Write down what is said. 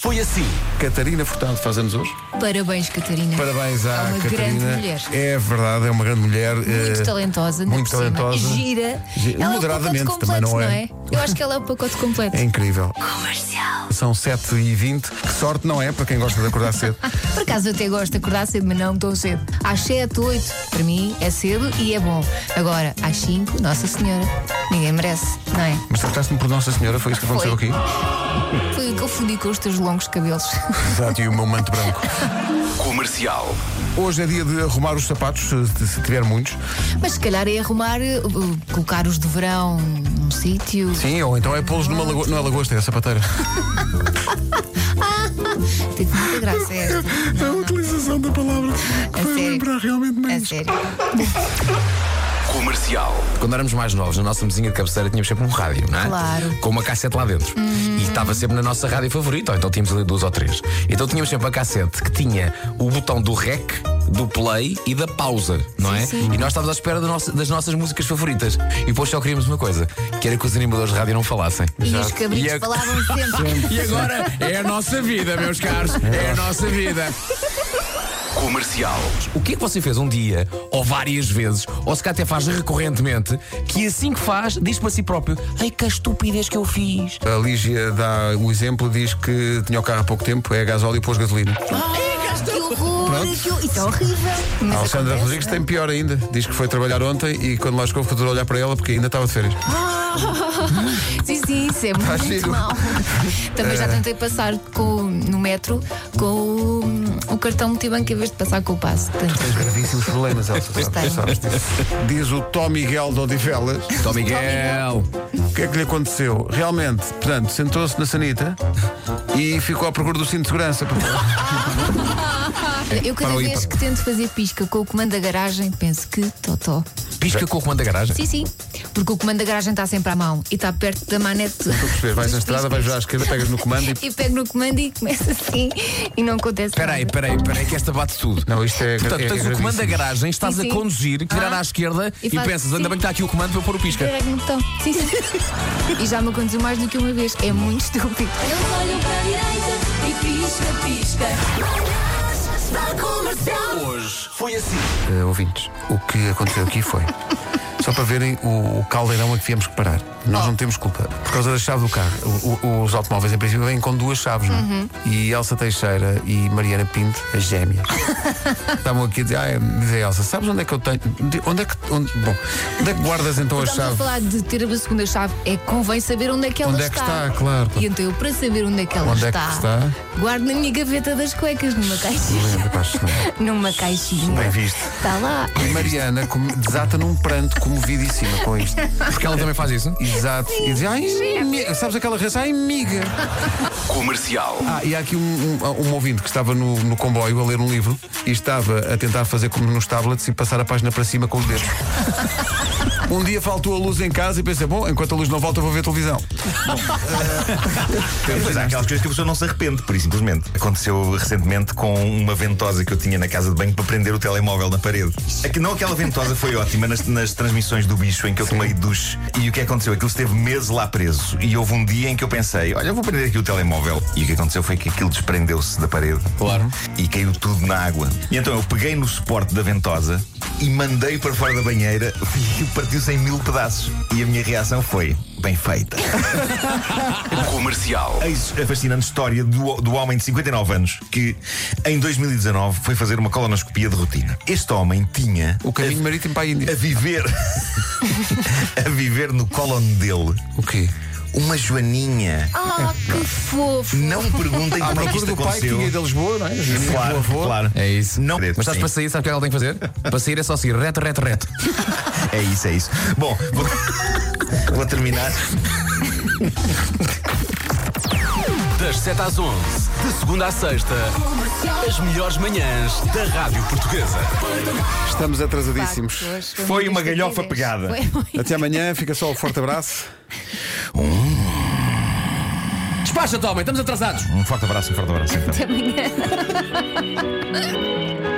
Foi assim. Catarina Furtado faz anos hoje. Parabéns, Catarina. Parabéns à É uma Catarina. grande mulher. É verdade, é uma grande mulher. Muito eh, talentosa, ainda muito por cima. talentosa. Gira. Gira. Ela é um Moderadamente pacote completo, também, não não é? é? Eu acho que ela é o pacote completo. É incrível. Comercial. São 7h20. Que sorte não é para quem gosta de acordar cedo. Por acaso eu até gosto de acordar cedo, mas não tão cedo. Às 7, 8, para mim é cedo e é bom. Agora, às 5, Nossa Senhora, ninguém merece, não é? Mas trataste-me por Nossa Senhora, foi isso que aconteceu Foi. aqui? Foi o que eu fudi com os teus longos cabelos. Exato, e o meu manto branco. Comercial. Hoje é dia de arrumar os sapatos, se, se tiver muitos. Mas se calhar é arrumar, eh, eh, colocar os de verão num sítio. Sim, ou então é pô-los numa lagosta. Não é lagosta, é sapateira. Teve muita graça é esta. É A utilização da palavra A foi sério. lembrar realmente A sério. Comercial. Quando éramos mais novos, na nossa mesinha de cabeceira tínhamos sempre um rádio, não é? Claro. Com uma cassete lá dentro. E estava sempre na nossa rádio favorita, ou então tínhamos ali duas ou três. Então tínhamos sempre a cassete que tinha o botão do rec, do play e da pausa, não é? sim. E nós estávamos à espera da nossa- das nossas músicas favoritas. E depois só queríamos uma coisa, que era que os animadores de rádio não falassem. E os cabritos é E é a- falavam sempre. E agora é a nossa vida, meus caros, é a nossa vida. Comercial. O que é que você fez um dia, ou várias vezes, ou se cá até faz recorrentemente, que assim que faz, diz para si próprio: Ai, que estupidez que eu fiz. A Lígia dá o exemplo, diz que tinha o carro há pouco tempo, é a gasóleo e pôs gasolina. Que horror! Pronto. Que... hor- Isso é horrível. Mas A Alexandra acontece, Rodrigues não é? tem pior ainda. Diz que foi trabalhar ontem e quando lá chegou ficou a olhar para ela porque ainda estava de férias. Sim, sim, isso é Tá muito, giro. mau. Também É. já tentei passar com, no metro com o, o cartão multibanco em vez de passar com o passe. Portanto, Tens gravíssimos problemas, Elsa. Pois sabes, sabes disso. Diz o Tom Miguel de Odivelas. Tom Miguel. O que é que lhe aconteceu? Realmente, portanto, sentou-se na sanita e ficou à procura do cinto de segurança. porque- eu cada para o vez ímpar. que tento fazer pisca com o comando da garagem, penso que totó. Pisca com o comando da garagem. Sim, sim, porque o comando da garagem está sempre à mão e está perto da manete. Estou a perceber, vais na estrada, vais à esquerda, pegas no comando e. E pego no comando e começa assim e não acontece Espera aí, nada. espera aí, espera aí, que esta bate tudo. Não, isto é. Portanto, é, é tens o comando da gravíssimo. garagem, estás Sim, a sim. conduzir, virar Ah. à esquerda E e, faz- pensas, sim. ainda bem que está aqui o comando para eu pôr o pisca. Carrego no botão. Então, Sim, sim. e já me aconteceu mais do que uma vez. É muito estúpido. Eles olham para a direita e pisca, pisca. Manhãs da comercial. Hoje foi assim. Eh, ouvintes, o que aconteceu aqui foi. Só para verem o, o caldeirão a que viemos que parar. Nós Oh. não temos culpa. Por causa da chave do carro. O- o- os automóveis, em princípio, vêm com duas chaves, não é? Uhum. E Elsa Teixeira e Mariana Pinto, as gêmeas. Estavam aqui a dizer, ah, diz a Elsa, sabes onde é que eu tenho. de- Onde é que. Onde, bom, onde é que guardas então a Estamos a chave? falar de ter a segunda chave, é que convém saber onde é que ela Onde é que está. está, claro. E então eu, para saber onde é que ela Onde é que está, está? guardo na minha gaveta das cuecas, numa caixinha. Lembra, pá, Numa caixinha. Bem visto. Está lá. E Mariana come- desata num pranto comovidíssima com isto. Porque ela também faz isso. Exato. E diz, ai, mi- sabes aquela reação? Ai, miga. Comercial. Ah, e há aqui um, um- um ouvinte que estava no, no comboio a ler um livro e estava a tentar fazer como nos tablets e passar a página para cima com os dedos. um dia faltou a luz em casa e pensei, bom, enquanto a luz não volta, eu vou ver televisão. Pois há aquelas coisas que a pessoa não se arrepende, por simplesmente. Aconteceu recentemente com uma ventosa que eu tinha na casa de banho para prender o telemóvel na parede. Aqui, não aquela ventosa foi ótima nas, nas transmissões do bicho em que eu tomei duche. E o que aconteceu? Aquilo esteve meses lá preso. E houve um dia em que eu pensei: olha, eu vou prender aqui o telemóvel. E o que aconteceu foi que aquilo desprendeu-se da parede. Claro. E caiu tudo na água. E então eu peguei no suporte da ventosa e mandei para fora da banheira e partiu-se em mil pedaços. E a minha reação foi: bem feita. Comercial. Eis a fascinante história do, do homem de 59 anos que, em 2019, foi fazer uma colonoscopia de rotina. Este homem tinha O caminho marítimo para a a Índia. viver. a viver no cólon dele O quê? uma joaninha. Ah, que fofo. Não perguntem À como é procura que isto do pai que aconteceu. tinha de Lisboa, não é? Claro, Do avô. claro. É isso. Não, Mas estás sim. para sair, sabe o que é que ela tem que fazer? Para sair é só seguir reto, reto, reto. É isso, é isso. Bom, vou- vou terminar. Das 7 às 11. De segunda à sexta. As melhores manhãs da Rádio Portuguesa. Estamos atrasadíssimos. Hoje Foi muito uma galhofa estupidez. pegada. Foi muito. Até amanhã, fica só o forte abraço. Despacha-te, homem, estamos atrasados. Um forte abraço, um forte abraço. Então. Até amanhã.